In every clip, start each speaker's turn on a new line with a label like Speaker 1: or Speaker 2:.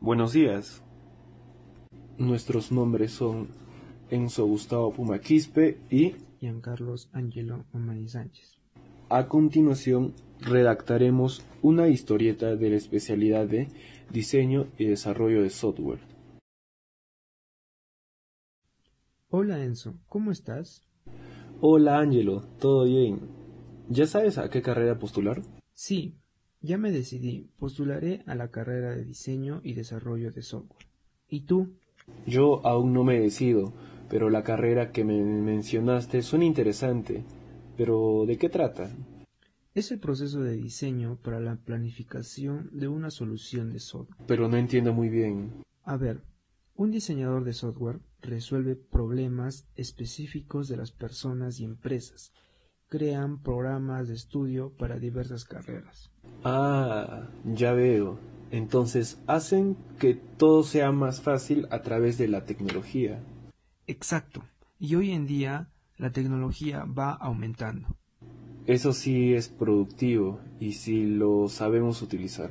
Speaker 1: Buenos días.
Speaker 2: Nuestros nombres son Enzo Gustavo Pumaquispe y
Speaker 3: Giancarlos Angelo Mamani Sánchez.
Speaker 2: A continuación, redactaremos una historieta de la especialidad de Diseño y Desarrollo de Software.
Speaker 3: Hola Enzo, ¿cómo estás?
Speaker 2: Hola Angelo, ¿todo bien? ¿Ya sabes a qué carrera postular?
Speaker 3: Sí, ya me decidí, postularé a la carrera de Diseño y Desarrollo de Software. ¿Y tú?
Speaker 2: Yo aún no me decido, pero la carrera que me mencionaste suena interesante. Pero, ¿de qué trata?
Speaker 3: Es el proceso de diseño para la planificación de una solución de software.
Speaker 2: Pero no entiendo muy bien.
Speaker 3: A ver, un diseñador de software resuelve problemas específicos de las personas y empresas. Crean programas de estudio para diversas carreras.
Speaker 2: Ah, ya veo. Entonces hacen que todo sea más fácil a través de la tecnología.
Speaker 3: Exacto. Y hoy en día la tecnología va aumentando.
Speaker 2: Eso sí es productivo y si lo sabemos utilizar.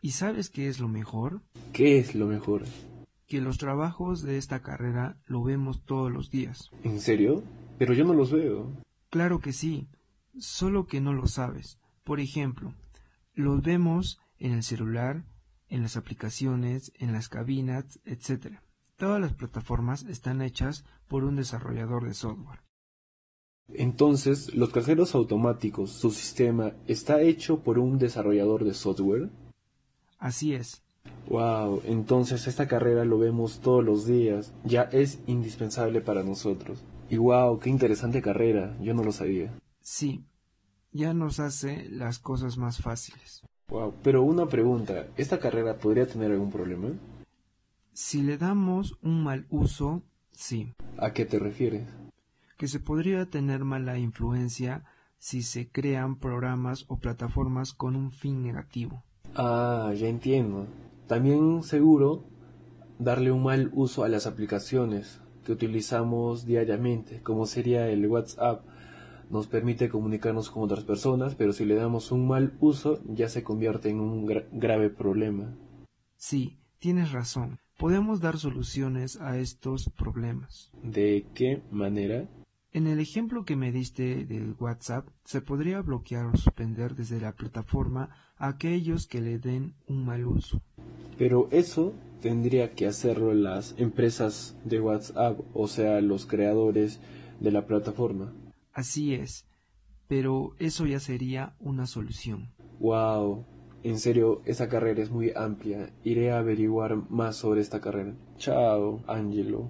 Speaker 3: ¿Y sabes qué es lo mejor?
Speaker 2: ¿Qué es lo mejor?
Speaker 3: Que los trabajos de esta carrera lo vemos todos los días.
Speaker 2: ¿En serio? Pero yo no los veo.
Speaker 3: Claro que sí, solo que no lo sabes. Por ejemplo, los vemos en el celular, en las aplicaciones, en las cabinas, etc. Todas las plataformas están hechas por un desarrollador de software.
Speaker 2: Entonces, los cajeros automáticos, su sistema, está hecho por un desarrollador de software.
Speaker 3: Así es.
Speaker 2: Wow, entonces esta carrera lo vemos todos los días, ya es indispensable para nosotros. Y wow, qué interesante carrera, yo no lo sabía.
Speaker 3: Sí, ya nos hace las cosas más fáciles.
Speaker 2: Wow, pero una pregunta, ¿esta carrera podría tener algún problema?
Speaker 3: Si le damos un mal uso, sí.
Speaker 2: ¿A qué te refieres?
Speaker 3: Que se podría tener mala influencia si se crean programas o plataformas con un fin negativo.
Speaker 2: Ah, ya entiendo. También seguro darle un mal uso a las aplicaciones que utilizamos diariamente, como sería el WhatsApp, nos permite comunicarnos con otras personas, pero si le damos un mal uso ya se convierte en un gra grave problema.
Speaker 3: Sí, tienes razón. Podemos dar soluciones a estos problemas.
Speaker 2: ¿De qué manera?
Speaker 3: En el ejemplo que me diste del WhatsApp, se podría bloquear o suspender desde la plataforma a aquellos que le den un mal uso.
Speaker 2: Pero eso tendría que hacerlo las empresas de WhatsApp, o sea, los creadores de la plataforma.
Speaker 3: Así es, pero eso ya sería una solución.
Speaker 2: Wow, en serio, esa carrera es muy amplia. Iré a averiguar más sobre esta carrera. Chao, Angelo.